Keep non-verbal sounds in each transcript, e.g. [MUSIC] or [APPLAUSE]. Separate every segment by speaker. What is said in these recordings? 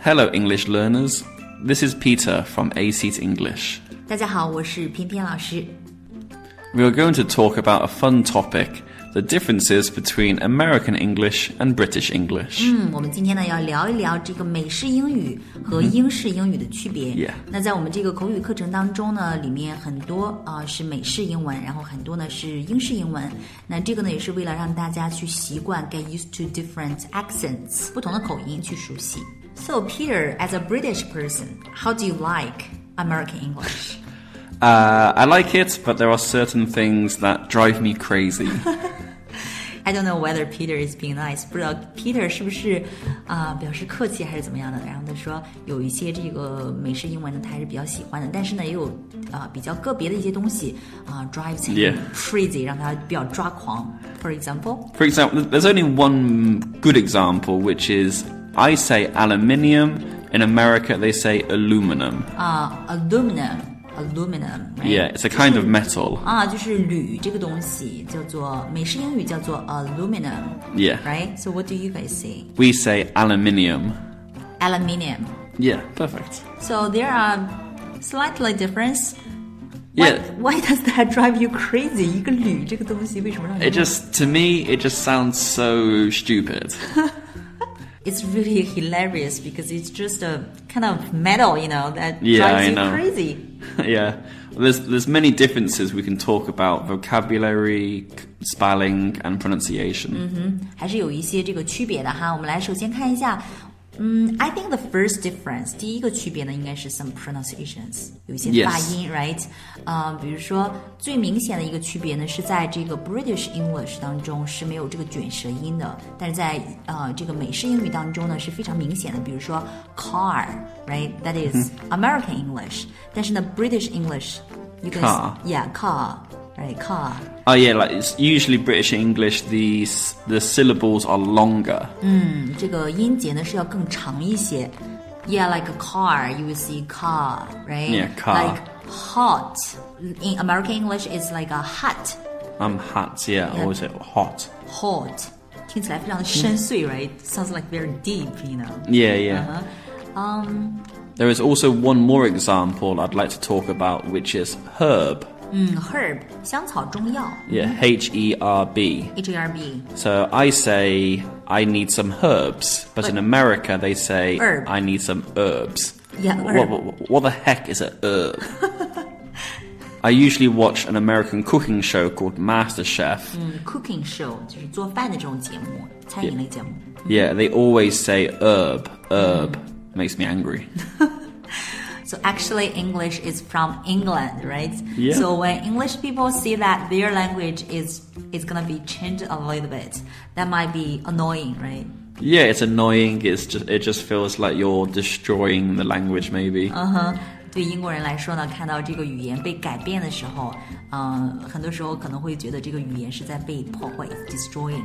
Speaker 1: Hello, English learners. This is Peter from A Seat English.
Speaker 2: 大家好，我是偏偏老师。
Speaker 1: We are going to talk about a fun topic the differences between American English and British English.
Speaker 2: 嗯，我们今天呢要聊一聊这个美式英语和英式英语的区别。
Speaker 1: Yeah
Speaker 2: 那在我们这个口语课程当中呢，里面很多啊、呃是美式英文，然后很多呢是英式英文。那这个呢也是为了让大家去习惯 get used to different accents，不同的口音去熟悉。So Peter, as a British person, how do you like American English?
Speaker 1: Uh, I like it, but there are certain things that drive me crazy.
Speaker 2: I don't know whether Peter is being nice，不知道 Peter 是不是啊、表示客气还是怎么样的。然后他说有一些这个美式英文呢，他还是比较喜欢的，但是呢也有啊、比较个别的一些东西啊、drives him
Speaker 1: Yeah.
Speaker 2: crazy，让他比较抓狂。For example，
Speaker 1: For example, there's only one good example, which is I say aluminium. In America, they say aluminum.
Speaker 2: 啊、a l u m i n u m aluminum，right?、
Speaker 1: Yeah, it's a kind of metal.
Speaker 2: 啊，就是铝这个东西叫做美式英语叫做
Speaker 1: Yeah.
Speaker 2: aluminum，right？So what do you guys say?
Speaker 1: We say aluminium.
Speaker 2: Aluminium.
Speaker 1: Yeah, perfect.
Speaker 2: So there are slightly difference.
Speaker 1: Yeah.
Speaker 2: Why does that drive you crazy？一个铝这个东西为什么让你
Speaker 1: It just, to me, it just sounds so stupid. [LAUGHS]
Speaker 2: It's really hilarious because it's just a kind of metal, you know, that
Speaker 1: Yeah,
Speaker 2: drives
Speaker 1: I
Speaker 2: you
Speaker 1: know.
Speaker 2: crazy.
Speaker 1: yeah. Well, there's there's many differences we can talk about vocabulary, c- spelling, and pronunciation.
Speaker 2: 还是有一些这个区别的哈。我们来首先看一下，嗯，I think the first difference，第一个区别呢，应该是 some pronunciations，有一些
Speaker 1: Yes.
Speaker 2: 发音，right？呃，比如说最明显的一个区别呢，是在这个 British English 当中是没有这个卷舌音的，但是在呃这个美式英语当中呢是非常明显的。比如说 car，right？That is American English，但是呢 British English。You can
Speaker 1: Car.
Speaker 2: yeah, car, right, car.
Speaker 1: Oh yeah, like it's usually British English. The s- the syllables are longer.
Speaker 2: 这个音节呢是要更长一些。Yeah, like a car, you will see car, right?
Speaker 1: Yeah, car.
Speaker 2: Like hot. In American English, it's like a hot,
Speaker 1: Um, hats. Yeah,
Speaker 2: Yeah.
Speaker 1: or is it hot?
Speaker 2: hot. 听起来非常的深
Speaker 1: 嗯
Speaker 2: 邃，right? Sounds like very deep, you know.
Speaker 1: Yeah, yeah.
Speaker 2: Uh-huh.
Speaker 1: There is also one more example I'd like to talk about, which is herb.
Speaker 2: 嗯，herb 香草中药
Speaker 1: Yeah, H E R B.
Speaker 2: ，H E R B
Speaker 1: So I say I need some herbs, but, in America they say
Speaker 2: Herb.
Speaker 1: I need some herbs.
Speaker 2: Yeah,
Speaker 1: Wh-
Speaker 2: herb.
Speaker 1: wh- wh- What, the heck is a herb? I usually watch an American cooking show called MasterChef.
Speaker 2: Mm. 嗯 cooking show 就是做饭的这种节目，餐饮类节目。
Speaker 1: Yeah, they always say herb, herb. Makes me angry.
Speaker 2: So actually, English is from England, right?
Speaker 1: Yeah.
Speaker 2: So when English people see that their language is is gonna be changed a little bit, that might be annoying, right?
Speaker 1: Yeah, it's annoying. It's just it just feels like you're destroying the language. Maybe
Speaker 2: Uh-huh. 嗯对英国人来说呢，看到这个语言被改变的时候，嗯、很多时候可能会觉得这个语言是在被破坏，is destroying。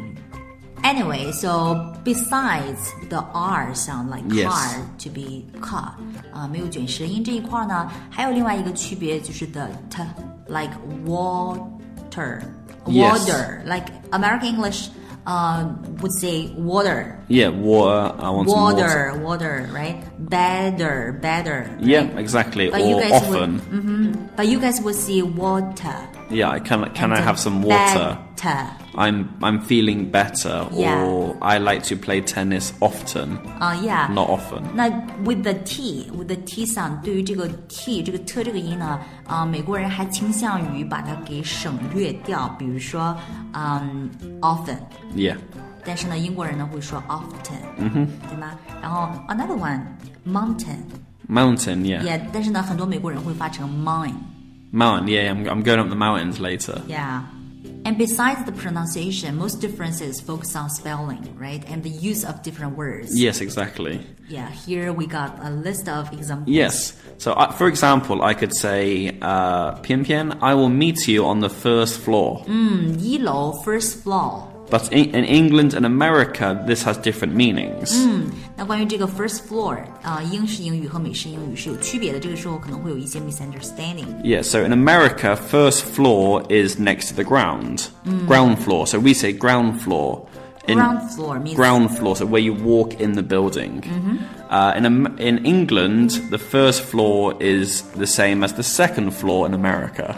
Speaker 2: Anyway, so besides the R sound like
Speaker 1: Yes.
Speaker 2: car to be car 啊、没有卷舌音这一块呢，还有另外一个区别就是 the t like water
Speaker 1: Yes.
Speaker 2: water like American English 呃、would say water
Speaker 1: yeah, water. I want some water.
Speaker 2: water water right better better
Speaker 1: Yeah, exactly.
Speaker 2: But you
Speaker 1: or
Speaker 2: guys would- Mm.
Speaker 1: often.
Speaker 2: But you guys will see water.
Speaker 1: Yeah, I can. Can
Speaker 2: and
Speaker 1: I have some water?
Speaker 2: Better.
Speaker 1: I'm I'm feeling better,
Speaker 2: Yeah.
Speaker 1: or I like to play tennis often,
Speaker 2: Uh, yeah.
Speaker 1: not often.
Speaker 2: 那 with the t with the t sound，对于这个 t 这个 t 这个音呢，啊、美国人还倾向于把它给省略掉，比如说，嗯、often，
Speaker 1: Yeah,
Speaker 2: 但是呢，英国人呢会说 often，嗯
Speaker 1: Mm-hmm.
Speaker 2: 哼，对吗？然后 another one mountain，
Speaker 1: mountain. Yeah,
Speaker 2: 也、但是呢，很多美国人会发成 mine。
Speaker 1: mountain. Yeah, I'm I'm going up the mountains later.
Speaker 2: Yeah. And besides the pronunciation, most differences focus on spelling, right? And the use of different words.
Speaker 1: Yes, exactly.
Speaker 2: Yeah, here we got a list of examples.
Speaker 1: Yes. So, I, for example, I could say, uh, "Pian Pian, I will meet you on the first floor."
Speaker 2: Mm. Yilo, first floor.
Speaker 1: But in, in England and America, this has different meanings.
Speaker 2: 那关于这个 first floor 啊、英式英语和美式英语是有区别的，这个时候可能会有一些 misunderstanding。
Speaker 1: Yeah. So in America, first floor is next to the ground, ground floor. So we say ground floor. in
Speaker 2: Mm. Ground floor means
Speaker 1: ground floor, so where you walk in the building. Uh, in Am- in England, the first floor is the same as the second floor in America.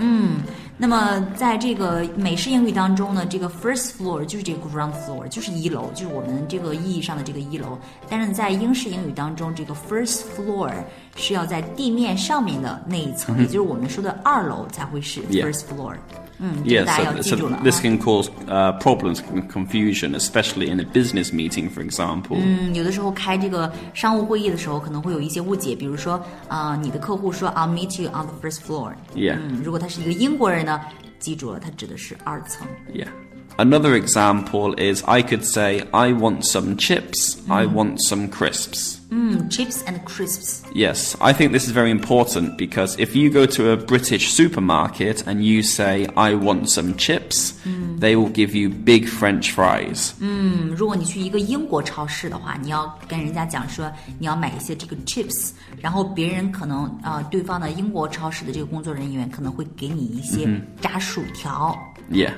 Speaker 2: 那么在这个美式英语当中呢，这个 first floor 就是这个 ground floor，就是一楼，就是我们这个意义上的这个一楼。但是在英式英语当中，这个 first floor 是要在地面上面的那一层，也就是我们说的二楼才会是
Speaker 1: 嗯 Yeah.
Speaker 2: first floor。嗯，这个
Speaker 1: Yes,
Speaker 2: 大家要
Speaker 1: so,
Speaker 2: 记住
Speaker 1: so
Speaker 2: 了啊。
Speaker 1: this can cause uh, problems, con- confusion, especially in a business meeting, for example.
Speaker 2: 嗯，有的时候开这个商务会议的时候，可能会有一些误解，比如说，啊，你的客户说 I'll meet you on the first floor。
Speaker 1: Yeah.
Speaker 2: 嗯，如果他是一个英国人呢，记住了，他指的是二层。
Speaker 1: Yeah. Another example is I could say, I want some chips, I want some crisps.
Speaker 2: 嗯，chips and crisps。
Speaker 1: Yes, I think this is very important because if you go to a British supermarket and you say, I want some chips, they will give you big French fries.
Speaker 2: 嗯，如果你去一个英国超市的话，你要跟人家讲说你要买一些这个 chips，然后别人可能呃，对方的英国超市的这个工作人员可能会给你一些炸薯条。
Speaker 1: Yeah.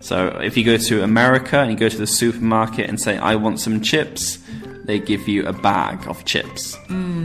Speaker 1: So if you go to America and you go to the supermarket and say, I want some chips, they give you a bag of chips.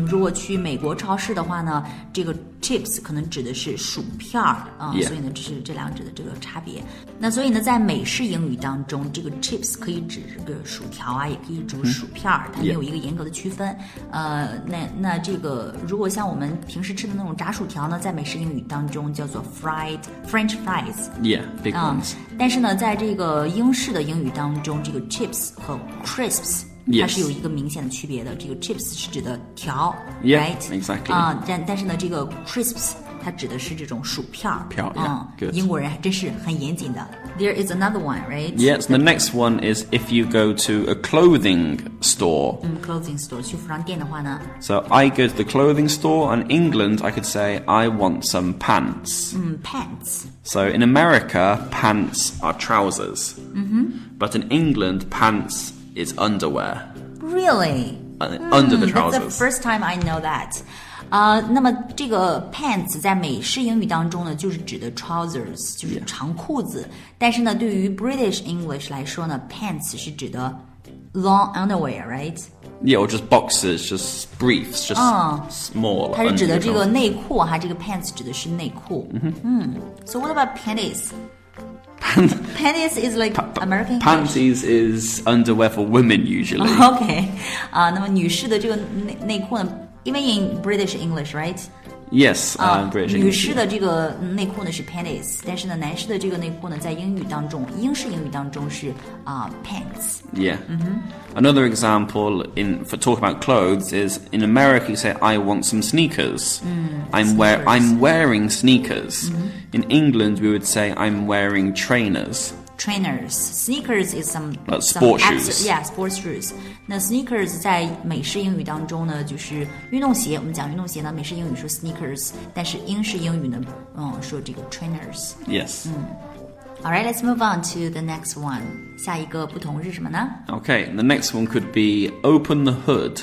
Speaker 2: 如果去美国超市的话呢，这个 chips 可能指的是薯片儿啊
Speaker 1: Yeah.
Speaker 2: 所以呢，这是这两者的这个差别。那所以呢，在美式英语当中，这个 chips 可以指这个薯条啊，也可以指薯片儿，它没
Speaker 1: 嗯 Yeah.
Speaker 2: 有一个严格的区分。呃，那那这个如果像我们平时吃的那种炸薯条呢，在美式英语当中叫做 fried French fries。
Speaker 1: Yeah, big
Speaker 2: 啊
Speaker 1: ones.，
Speaker 2: 但是呢，在这个英式的英语当中，这个 chips 和 crisps 它
Speaker 1: Yes.
Speaker 2: 是有一个明显的区别的。这个 chips 是指的条
Speaker 1: Yeah,
Speaker 2: right？
Speaker 1: exactly.
Speaker 2: 啊，但但是呢，这个 crisps 它指的是这种薯片儿。
Speaker 1: 片儿
Speaker 2: 嗯
Speaker 1: yeah, good
Speaker 2: 英国人还真是很严谨的。There is another one, right?
Speaker 1: Yes, the next one is if you go to a clothing store.
Speaker 2: 嗯，clothing store 去服装店的话呢，
Speaker 1: So I go to the clothing store, and in England, I could say, I want some pants.
Speaker 2: 嗯，pants
Speaker 1: So in America, pants are trousers. Mm-hmm. But in England, pants is underwear.
Speaker 2: really.
Speaker 1: Uh, under the
Speaker 2: That's the
Speaker 1: trousers.
Speaker 2: first time I know that. 啊、那么这个 pants 在美式英语当中呢，就是指的 trousers，就是长裤子。但是呢，对于 British English 来说呢，pants 是指的 long underwear，right？
Speaker 1: Yeah, or just boxes, just briefs, just
Speaker 2: Oh.
Speaker 1: small.
Speaker 2: 它是指
Speaker 1: under
Speaker 2: 的
Speaker 1: the
Speaker 2: 这个
Speaker 1: trousers.
Speaker 2: 内裤哈，这个 pants 指的是内裤。嗯 s o what about panties? [LAUGHS] panties is like American English.
Speaker 1: Panties is underwear for women usually. [LAUGHS]
Speaker 2: OK，啊、那么女士的这个内内裤呢，因为 in British English，right？
Speaker 1: Yes,
Speaker 2: 啊
Speaker 1: I'm，British.
Speaker 2: 女
Speaker 1: English,
Speaker 2: 士
Speaker 1: yeah.
Speaker 2: 的这个内裤呢是 panties，但是呢，男士的这个内裤呢，在英语当中，英式英语当中是啊、pants。
Speaker 1: Yeah. Another example in for talking about clothes is in America you say I want some sneakers. I'm wear I'm wearing sneakers. In England we would say I'm wearing trainers.
Speaker 2: Trainers, sneakers is some
Speaker 1: Like
Speaker 2: some
Speaker 1: sport
Speaker 2: abs-
Speaker 1: shoes.
Speaker 2: yeah, sports shoes. 那 sneakers 在美式英语当中呢，就是运动鞋。我们讲运动鞋呢，美式英语说 sneakers，但是英式英语呢，嗯，说这个 trainers。
Speaker 1: Yes.
Speaker 2: All right, let's move on to the next one. 下一个不同是什么呢
Speaker 1: Okay, the next one could be open the hood,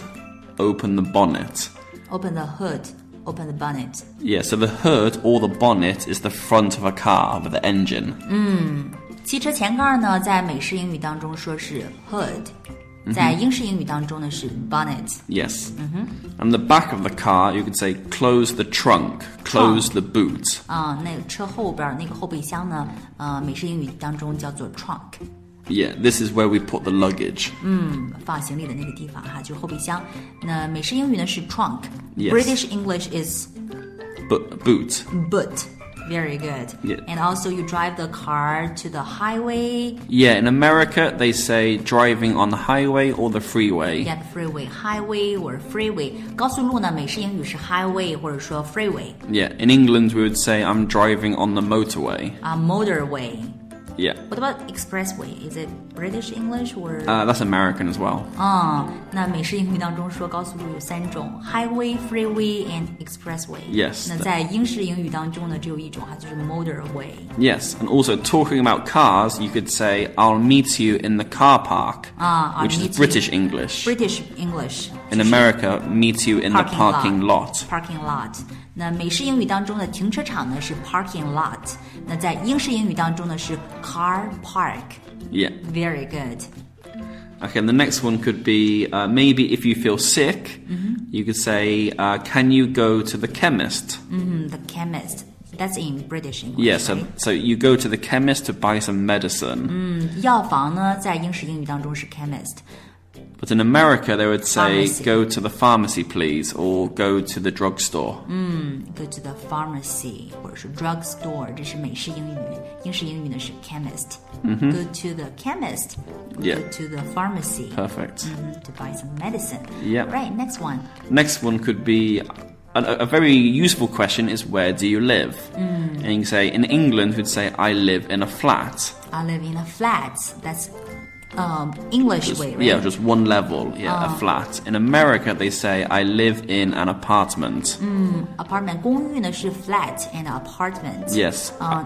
Speaker 1: open the bonnet.
Speaker 2: ？Open the hood, open the bonnet.
Speaker 1: Yeah, so the hood or the bonnet is the front of a car with the engine.
Speaker 2: 汽车前盖呢，在美式英语当中说是 hood，在英式英语当中呢是 bonnet。
Speaker 1: Yes. And the back of the car you could say close the trunk, close the boot.
Speaker 2: 啊、那个车后边儿那个后备箱呢，呃，美式英语当中叫做 trunk，
Speaker 1: Yeah, this is where we put the luggage.
Speaker 2: 放行李的那个地方哈，就是后备箱。那美式英语呢是 trunk。
Speaker 1: Yes.
Speaker 2: British English is
Speaker 1: Bo- boot.
Speaker 2: boot. Very good.
Speaker 1: Yeah.
Speaker 2: And also you drive the car to the highway.
Speaker 1: Yeah, in America they say driving on the highway or the freeway.
Speaker 2: Yeah, the freeway, highway or freeway. 高速路呢，美式英语是 highway 或者说 freeway
Speaker 1: Yeah, in England we would say I'm driving on the motorway.
Speaker 2: 啊、motorway.
Speaker 1: Yeah.
Speaker 2: What about expressway? Is it British English or？
Speaker 1: Uh, that's American as well.
Speaker 2: 嗯，那美式英语当中说高速路有三种：highway、freeway and expressway。
Speaker 1: Yes.
Speaker 2: 那在英式英语当中呢，只有一种哈，就是 motorway。
Speaker 1: Yes, and also talking about cars, you could say I'll meet you in the car park,
Speaker 2: Ah, I'll
Speaker 1: which
Speaker 2: meet
Speaker 1: is
Speaker 2: you.
Speaker 1: British English.
Speaker 2: British English
Speaker 1: in America, meet you in the
Speaker 2: Parking lot.
Speaker 1: parking lot.
Speaker 2: parking lot。那美式英语当中的停车场呢是 parking lot，那在英式英语当中呢是 car park。
Speaker 1: Yeah.
Speaker 2: Very good.
Speaker 1: Okay, and the next one could be uh, maybe if you feel sick,
Speaker 2: Mm-hmm.
Speaker 1: you could say, uh, Can you go to the chemist?
Speaker 2: Mm, the chemist. That's in British English.
Speaker 1: Yeah, so, so you go to the chemist to buy some medicine.
Speaker 2: Mm. 药房呢，在英式英语当中是 chemist。
Speaker 1: But in America, they would say,
Speaker 2: Pharmacy.
Speaker 1: Go to the pharmacy, please, or go to the drugstore.
Speaker 2: Mm. Go to the pharmacy 或者是 drug store，这是美式英语。英式英语呢是 chemist。Go to the chemist.
Speaker 1: Yeah.
Speaker 2: Go to the pharmacy
Speaker 1: Perfect.
Speaker 2: to buy some medicine.
Speaker 1: Yeah.
Speaker 2: Right. Next one.
Speaker 1: Next one could be a, a very useful question is where do you live?
Speaker 2: Hmm.
Speaker 1: And you can say in England we'd say I live in a flat.
Speaker 2: I live in a flat. That's um English
Speaker 1: Just-
Speaker 2: way, right?
Speaker 1: yeah, just one level. Yeah,
Speaker 2: Oh.
Speaker 1: a flat. In America they say I live in an apartment.
Speaker 2: Hmm. Apartment 公寓呢是 flat and apartment.
Speaker 1: Yes.
Speaker 2: Oh.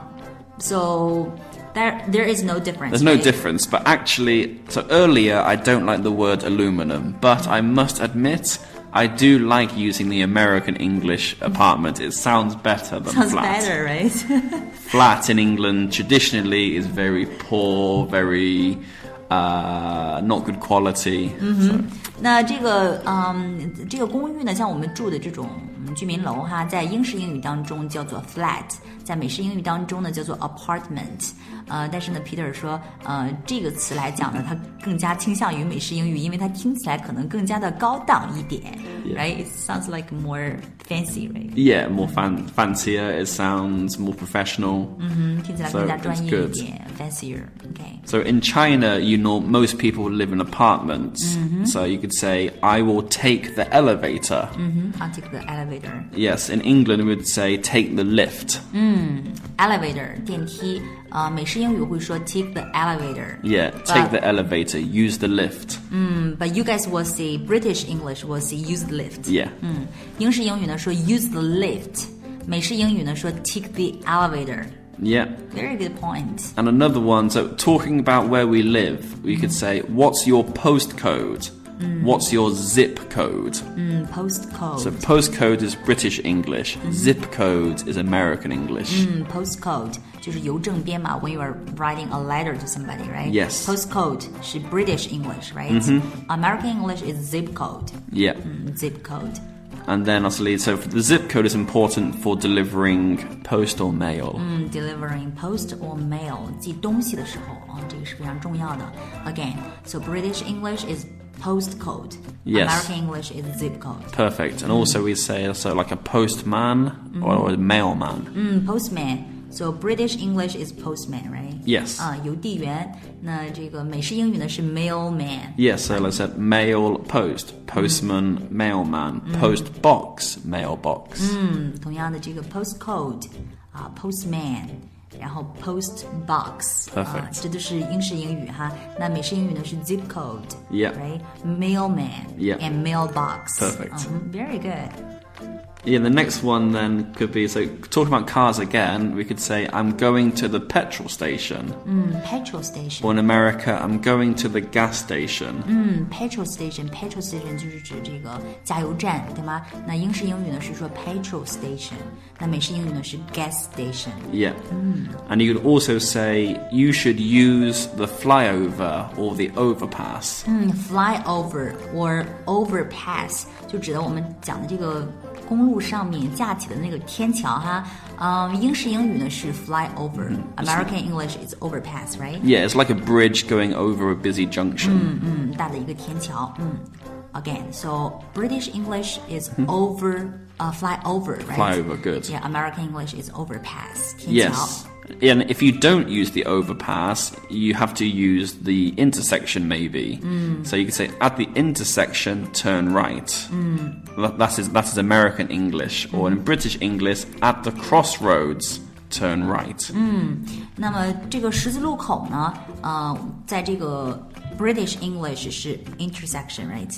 Speaker 2: So there there is no difference.
Speaker 1: There's no
Speaker 2: right?
Speaker 1: difference, but actually so earlier I don't like the word aluminum, but I must admit I do like using the American English apartment. It sounds better than
Speaker 2: Sounds
Speaker 1: flat.
Speaker 2: better, right?
Speaker 1: flat in England traditionally is very poor, very uh, not good quality.
Speaker 2: 那这个嗯，这个公寓呢，像我们住的这种嗯居民楼哈，在英式英语当中叫做 flat，在美式英语当中呢叫做 apartment。呃，但是呢，Peter 说，呃，这个词来讲呢，它更加倾向于美式英语，因为它听起来可能更加的高档一点
Speaker 1: Yeah. Mm-hmm
Speaker 2: right? It sounds like more fancy, right?
Speaker 1: Yeah, more fan- fancier. It sounds more professional.
Speaker 2: 嗯，听起来
Speaker 1: So
Speaker 2: 更加专
Speaker 1: it's
Speaker 2: 业
Speaker 1: good.
Speaker 2: 一点，fancier。OK，
Speaker 1: So in China, you know, most people live in apartments. So you could say, "I will take the elevator."
Speaker 2: 嗯哼，I'll take the elevator.
Speaker 1: Yes, in England, we would say, "Take the lift."
Speaker 2: Elevator 电梯，呃，美式英语会说 take the elevator。
Speaker 1: Yeah,
Speaker 2: But-
Speaker 1: take the elevator. Use the lift.
Speaker 2: But you guys will say British English will say use the lift。
Speaker 1: Yeah.
Speaker 2: 嗯，英式英语呢说 use the lift，美式英语呢说 take the elevator。
Speaker 1: Yeah.
Speaker 2: Very good point。
Speaker 1: And another one, so talking about where we live, we could say, what's your postcode? What's your zip code?
Speaker 2: 嗯，postcode。
Speaker 1: So postcode is British English, zip code is American English.
Speaker 2: 嗯，postcode Hmm, 就是邮政编码。When you are writing a letter to somebody, right?
Speaker 1: Yes. Mm-hmm.
Speaker 2: Postcode 是 British English, right? American English is zip code.
Speaker 1: Yeah.
Speaker 2: 嗯，zip code。
Speaker 1: And then obviously, so the zip code is important for delivering post or mail.
Speaker 2: 嗯，delivering post or mail 寄东西的时候啊，这个是非常重要的。Again, so British English is postcode,
Speaker 1: Yes.
Speaker 2: American English is zip code.
Speaker 1: Perfect. And also we say also like a postman or a mailman.
Speaker 2: 嗯，postman. Hmm, So British English is postman, right?
Speaker 1: Yes.
Speaker 2: 啊，邮递员。那这个美式英语呢是 mailman。
Speaker 1: Yeah, so like I said, mail, post, postman, mailman, post box, mailbox.
Speaker 2: 嗯，同样的这个 postcode 啊，postman，然后 post box 啊
Speaker 1: Perfect，
Speaker 2: 这都是英式英语哈。那美式英语呢是 zip
Speaker 1: Yeah
Speaker 2: code，right？mailman
Speaker 1: Yeah
Speaker 2: and mailbox。
Speaker 1: Perfect
Speaker 2: 嗯 Very good。
Speaker 1: Yeah, the next one then could be so talking about cars again, we could say, I'm going to the petrol station.
Speaker 2: 嗯 Petrol station，
Speaker 1: Or in America, I'm going to the gas station.
Speaker 2: 嗯，petrol station，petrol station 就是指这个加油站，对吗？那英式英语呢是说 petrol station，那美式英语呢是 gas station。
Speaker 1: Yeah. And you could also say, you should use the flyover or the overpass.
Speaker 2: Mm. fly over or overpass 就指的我们讲的这个公路上面架起的那个天桥哈。嗯，英式英语呢是 fly over，American English is overpass，right？
Speaker 1: Yeah, it's like a bridge going over a busy junction.
Speaker 2: 嗯，大的一个天桥。嗯，again，so British English is over，呃，fly over，right？
Speaker 1: Flyover, good.
Speaker 2: Yeah, American English is overpass，天桥。
Speaker 1: Yes. And if you don't use the overpass, you have to use the intersection maybe.
Speaker 2: Mm.
Speaker 1: So you could say at the intersection turn right.
Speaker 2: Mm.
Speaker 1: That, that is that is American English or in British English at the crossroads turn right.
Speaker 2: Mm. 那么这个十字路口呢，呃，在这个 British English 是 intersection，right？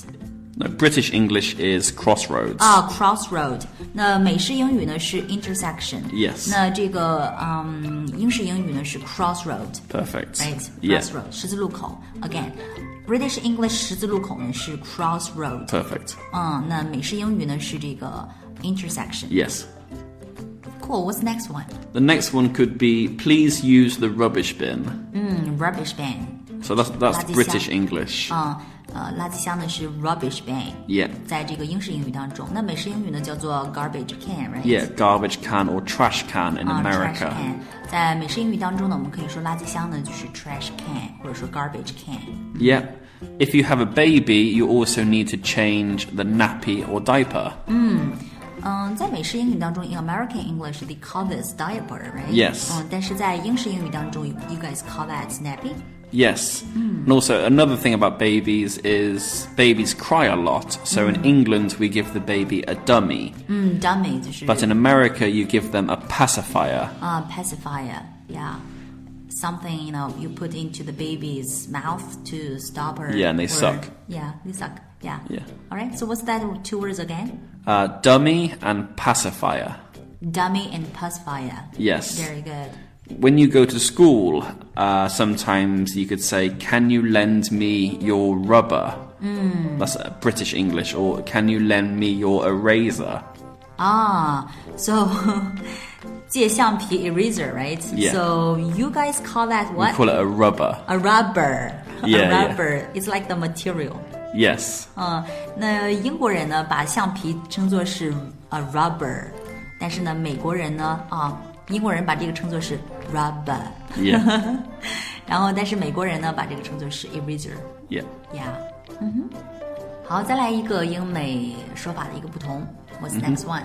Speaker 1: No, British English is crossroads.
Speaker 2: 啊、c r o s s r o a d 那美式英语呢是 intersection。
Speaker 1: Yes
Speaker 2: 那这个嗯，英式英语呢是 crossroad。
Speaker 1: Perfect.
Speaker 2: Right,
Speaker 1: Yeah.
Speaker 2: crossroad 十字路口。Again, British English 十字路口呢是 crossroad。
Speaker 1: Perfect.
Speaker 2: 嗯，那美式英语呢是这个 intersection。
Speaker 1: Yes.
Speaker 2: cool. What's the next one?
Speaker 1: The next one could be please use the rubbish bin.
Speaker 2: Mm, rubbish bin.
Speaker 1: So that's that's
Speaker 2: Bloody Oh.
Speaker 1: British
Speaker 2: sound.
Speaker 1: English.
Speaker 2: 啊、呃，垃圾箱呢是 rubbish bin。
Speaker 1: Yeah.
Speaker 2: 在这个英式英语当中，那美式英语呢叫做 garbage can，right？
Speaker 1: Yeah, garbage can or trash can in
Speaker 2: 啊
Speaker 1: America.
Speaker 2: Oh, ，trash can。在美式英语当中呢，我们可以说垃圾箱呢就是 trash can，或者说 garbage can。
Speaker 1: Yeah. If you have a baby, you also need to change the nappy or diaper.
Speaker 2: 嗯，在美式英语当中，in American English they call this diaper，right？
Speaker 1: Yes
Speaker 2: 嗯，但是在英式英语当中，you guys call that nappy。
Speaker 1: Yes. And also, another thing about babies is babies cry a lot. So in England, we give the baby a dummy.
Speaker 2: 嗯，dummy 就是
Speaker 1: But in America, you give them a pacifier.
Speaker 2: 啊、p a c i f i e r yeah。Something you know you put into the baby's mouth to stop her.
Speaker 1: Yeah, and they
Speaker 2: or-
Speaker 1: suck.
Speaker 2: Yeah, they suck. Yeah.
Speaker 1: Yeah.
Speaker 2: All right. So what's that two words again?
Speaker 1: Uh, dummy and pacifier.
Speaker 2: Dummy and pacifier.
Speaker 1: Yes.
Speaker 2: Very good.
Speaker 1: When you go to school, uh, sometimes you could say, Can you lend me your rubber? That's uh, British English. Or Can you lend me your eraser?
Speaker 2: 啊，so [LAUGHS] 借橡皮 eraser, right?
Speaker 1: Yeah.
Speaker 2: So you guys call that
Speaker 1: We
Speaker 2: what?
Speaker 1: call it a rubber.
Speaker 2: A rubber.
Speaker 1: Yeah,
Speaker 2: a
Speaker 1: yeah.
Speaker 2: rubber. It's like the material.
Speaker 1: Yes.
Speaker 2: 嗯，那英国人呢，把橡皮称作是 a rubber，但是呢，美国人呢，啊，英国人把这个称作是 rubber，
Speaker 1: Yeah.
Speaker 2: 然后但是美国人呢，把这个称作是 eraser。
Speaker 1: yeah.
Speaker 2: Yeah，嗯哼。好，再来一个英美说法的一个不同。What's
Speaker 1: Mm-hmm.
Speaker 2: next one？、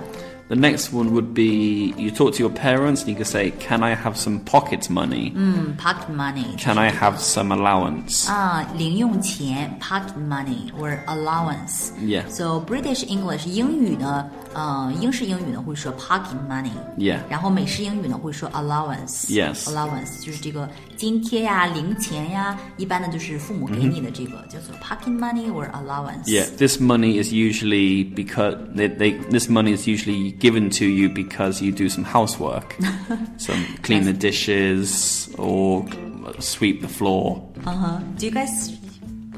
Speaker 1: The next one would be you talk to your parents and you could say, Can I have some pocket money?
Speaker 2: 嗯，pocket money。
Speaker 1: Can I have some allowance?
Speaker 2: 啊，零用钱 （pocket money or allowance）。
Speaker 1: Yeah.
Speaker 2: So British English 英语呢，呃，英式英语呢会说 pocket money。
Speaker 1: Yeah.
Speaker 2: 然后美式英语呢会说 allowance。
Speaker 1: Yes.
Speaker 2: Allowance 就是这个津贴呀、零钱呀，一般呢就是父母给你的这个叫做 pocket money or allowance。
Speaker 1: Yeah, this money is usually because they, they, this money is usually given to you because you do some housework, some clean the dishes or sweep the floor.
Speaker 2: Do you guys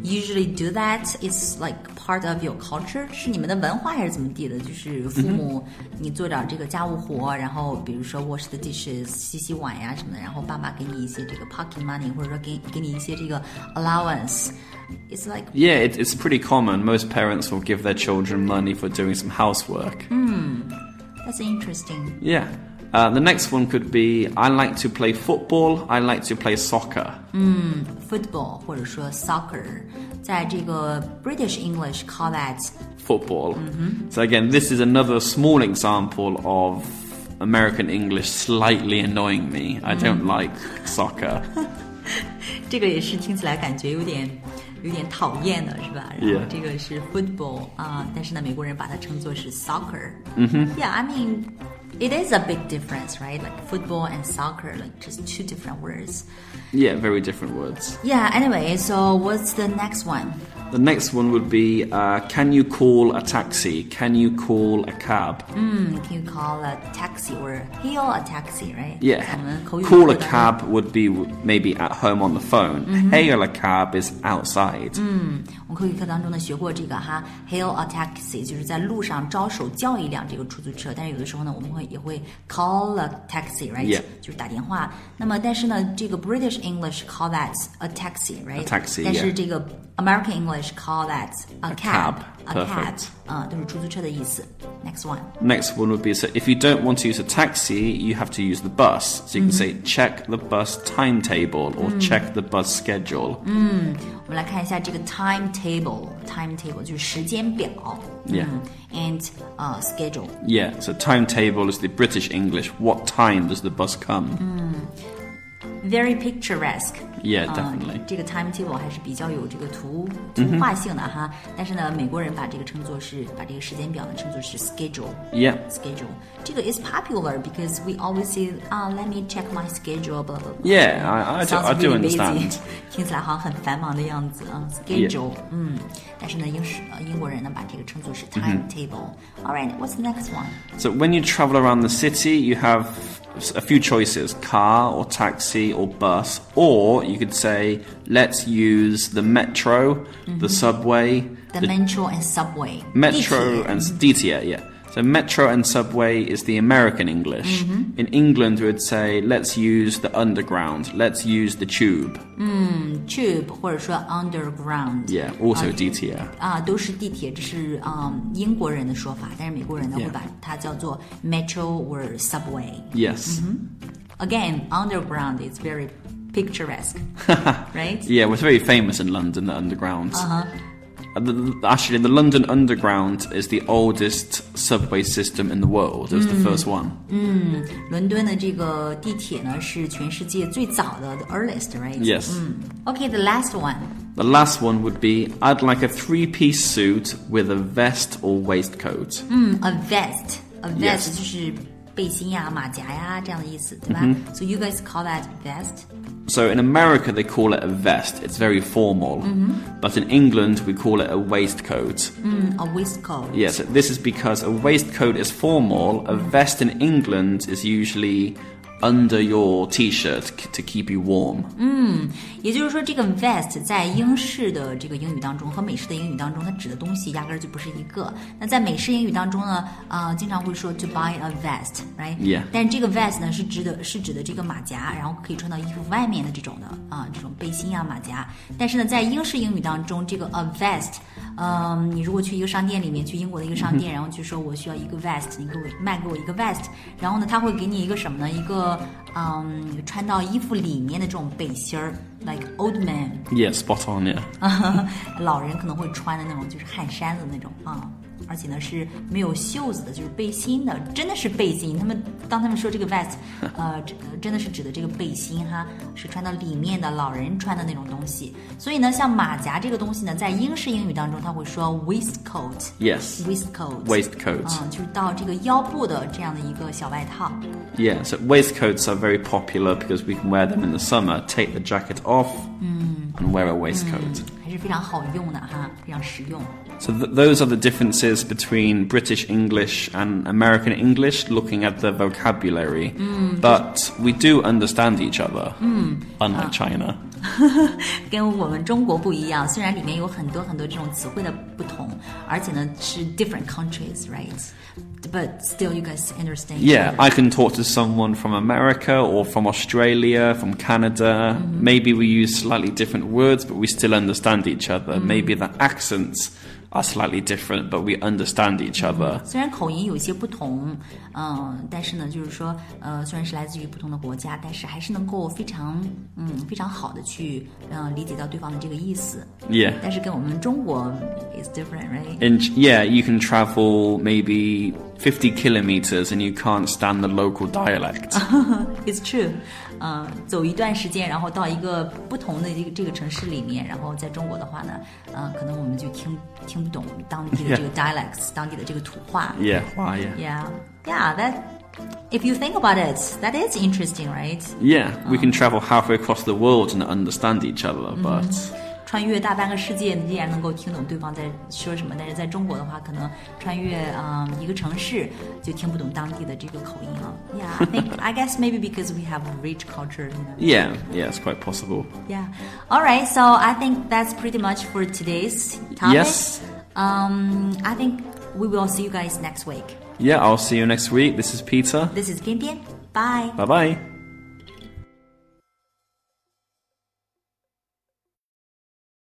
Speaker 2: usually do that? It's like part of your culture，是你们的文化还是怎么地的？就是父母你做点这个家务活，然后比如说 wash the dishes，洗洗碗呀什么的，然后爸爸给你一些这个 pocket money，或者说给给你一些这个 allowance。It's like
Speaker 1: Yeah, it, it's pretty common. Most parents will give their children money for doing some housework.
Speaker 2: that's interesting.
Speaker 1: Yeah. Uh, the next one could be I like to play football. I like to play soccer.
Speaker 2: Football 或者说 soccer，在这个 British English call that
Speaker 1: football. So again, this is another small example of American English slightly annoying me. I don't like soccer.
Speaker 2: 这个也是听起来感觉有点有点讨厌的是吧？然后
Speaker 1: Yeah.
Speaker 2: 这个是 football 啊、但是呢，美国人把它称作是 soccer。嗯哼。Yeah,
Speaker 1: Mm-hmm。
Speaker 2: I mean, it is a big difference, right? Like football and soccer, like just two different words.
Speaker 1: yeah, very different words.
Speaker 2: Yeah. Anyway, so what's the next one?
Speaker 1: The next one would be uh, can you call a taxi? Can you call a cab?
Speaker 2: Hmm, Can you call a taxi or hail a taxi, right? 我
Speaker 1: Yeah.
Speaker 2: 们口语
Speaker 1: Call
Speaker 2: 说
Speaker 1: a
Speaker 2: 的
Speaker 1: cab would be w- maybe at home on the phone. Hail a cab is outside.
Speaker 2: 我们口语课当中呢学过这个哈，hail a taxi，就是在路上招手叫一辆这个出租车。但是有的时候呢，我们会也会 call a taxi，right？、
Speaker 1: Yeah.
Speaker 2: 就是打电话。那么但是呢，这个 British English call that a taxi，right？
Speaker 1: A taxi，
Speaker 2: 但是
Speaker 1: yeah.
Speaker 2: 这个 American English call that a
Speaker 1: cab，
Speaker 2: cab，a cab，
Speaker 1: perfect
Speaker 2: 啊，都是出租车的意思。Next one，
Speaker 1: Next one would be so if you don't want to use a taxi, you have to use the bus. So you can say check the bus timetable or check the bus schedule.
Speaker 2: 我们来看一下这个 timetable，timetable 就是时间表。
Speaker 1: Yeah
Speaker 2: 嗯 And 呃、schedule。
Speaker 1: Yeah, so timetable is the British English. What time does the bus come?
Speaker 2: very picturesque。
Speaker 1: Yeah,
Speaker 2: 呃
Speaker 1: definitely. 嗯
Speaker 2: 这个 timetable 还是比较有这个图图画性的哈。但是呢，美国人把这个称作是把这个时间表呢称作是 schedule。
Speaker 1: Yeah.
Speaker 2: Schedule 这个 is popular because we always say 啊、let me check my schedule blah blah blah。
Speaker 1: Yeah, I, I, do, I
Speaker 2: Sounds
Speaker 1: do
Speaker 2: really
Speaker 1: understand.
Speaker 2: busy，听 [LAUGHS] 起来好像很繁忙的样子啊。Schedule，、嗯，但是呢，英式呃英国人呢把这个称作是
Speaker 1: 嗯
Speaker 2: timetable。All right，what's the next one？
Speaker 1: So when you travel around the city, you have s- a few choices car or taxi or bus, or you could say, let's use the metro, the subway,
Speaker 2: The metro and subway。
Speaker 1: metro
Speaker 2: 地铁
Speaker 1: and DTA, yeah. So metro and subway is the American English. In England, we would say let's use the underground, let's use the tube.
Speaker 2: tube 或者说 underground。
Speaker 1: Yeah, also DTR.
Speaker 2: 啊，都是地铁，这是嗯英国人的说法，但是美国人呢
Speaker 1: Yeah.
Speaker 2: 会把它叫做 metro or subway。
Speaker 1: Yes.
Speaker 2: Again, underground is very
Speaker 1: [LAUGHS]
Speaker 2: picturesque, right?
Speaker 1: Yeah, it was very famous in London, the underground. Uh-huh. actually, the London Underground is the oldest subway system in the world. It was the first one.
Speaker 2: 伦敦的这个地铁呢是全世界最早的，the earliest, right? 嗯
Speaker 1: Yes.
Speaker 2: Okay, the last one.
Speaker 1: The last one would be I'd like a three piece suit with a vest or waistcoat.
Speaker 2: 嗯，a vest, a vest
Speaker 1: Yes.
Speaker 2: 就是背心呀、马甲呀这样的意思，对吧、So
Speaker 1: 嗯
Speaker 2: you guys call that vest?
Speaker 1: So in America, they call it a vest, it's very formal. But in England, we call it a waistcoat.
Speaker 2: 嗯，a waistcoat.
Speaker 1: Yes, this is because a waistcoat is formal, a vest in England is usually under your t shirt to keep you warm.
Speaker 2: 也就是说，这个 vest 在英式的这个英语当中和美式的英语当中，它指的东西压根儿就不是一个。那在美式英语当中呢，呃，经常会说 to buy a vest，right？、
Speaker 1: Yeah.
Speaker 2: 但这个 vest 呢是指的是指的这个马甲，然后可以穿到衣服外面的这种的啊、这种背心啊马甲。但是呢，在英式英语当中，这个 a vest，嗯、你如果去一个商店里面，去英国的一个商店，然后去说我需要一个 vest，你给我卖给我一个 vest，然后呢，他会给你一个什么呢？一个嗯，穿到衣服里面的这种背心儿，like old man，
Speaker 1: Yeah, spot on, yeah.
Speaker 2: [LAUGHS] 老人可能会穿的那种，就是汗衫的那种啊。而且呢是没有袖子的，就是背心的，真的是背心。他们当他们说这个 vest，呃，这呃真的是指的这个背心哈，是穿到里面的老人穿的那种东西。所以呢，像马甲这个东西呢，在英式英语当中，他会说 waistcoat，waistcoat，
Speaker 1: Yes, waistcoat.
Speaker 2: 嗯，就是到这个腰部的这样的一个小外套。
Speaker 1: Yeah, so waistcoats are very popular because we can wear them in the summer, take the jacket off, and wear a waistcoat.
Speaker 2: 还是非常好用的哈，非常实用。
Speaker 1: So th- those are the differences between British English and American English looking at the vocabulary. But we do understand each other, unlike China.
Speaker 2: 跟我们中国不一样，虽然里面有很多很多这种词汇的不同，而且呢是 different countries, right? But still, you guys understand. each
Speaker 1: Yeah,
Speaker 2: other.
Speaker 1: I can talk to someone from America or from Australia, from Canada. Maybe we use slightly different words, but we still understand each other. Maybe the accents are slightly different, but we understand each other.
Speaker 2: 虽然口音有些不同，嗯、但是呢，就是说，呃，虽然是来自于不同的国家，但是还是能够非常，嗯，非常好的去，嗯、理解到对方的这个意思。
Speaker 1: Yeah.
Speaker 2: 但是跟我们中国 is different, right?
Speaker 1: And yeah, you can travel maybe 50 kilometers and you can't stand the local [LAUGHS] dialect.
Speaker 2: It's true，呃，走一段时间，然后到一个不同的这个这个城市里面，然后在中国的话呢，呃，可能我们就听听不懂当地的这个 dialects，当地的这个土话。
Speaker 1: yeah, why, yeah.
Speaker 2: Yeah, yeah, that if you think about it, that is interesting, right?
Speaker 1: Yeah, we can travel halfway across the world and understand each other, but
Speaker 2: 穿越大半个世界，你依然能够听懂对方在说什么，但是在中国的话，可能穿越嗯、一个城市就听不懂当地的这个口音了。Yeah, I think I guess maybe because we have rich culture, you know.
Speaker 1: yeah, yeah, it's quite possible.
Speaker 2: Yeah. All right. So I think that's pretty much for today's topic.
Speaker 1: Yes.
Speaker 2: Um, I think we will see you guys next week.
Speaker 1: Yeah, I'll see you next week. This is Peter.
Speaker 2: This is Pian Pian. Bye.
Speaker 1: Bye bye.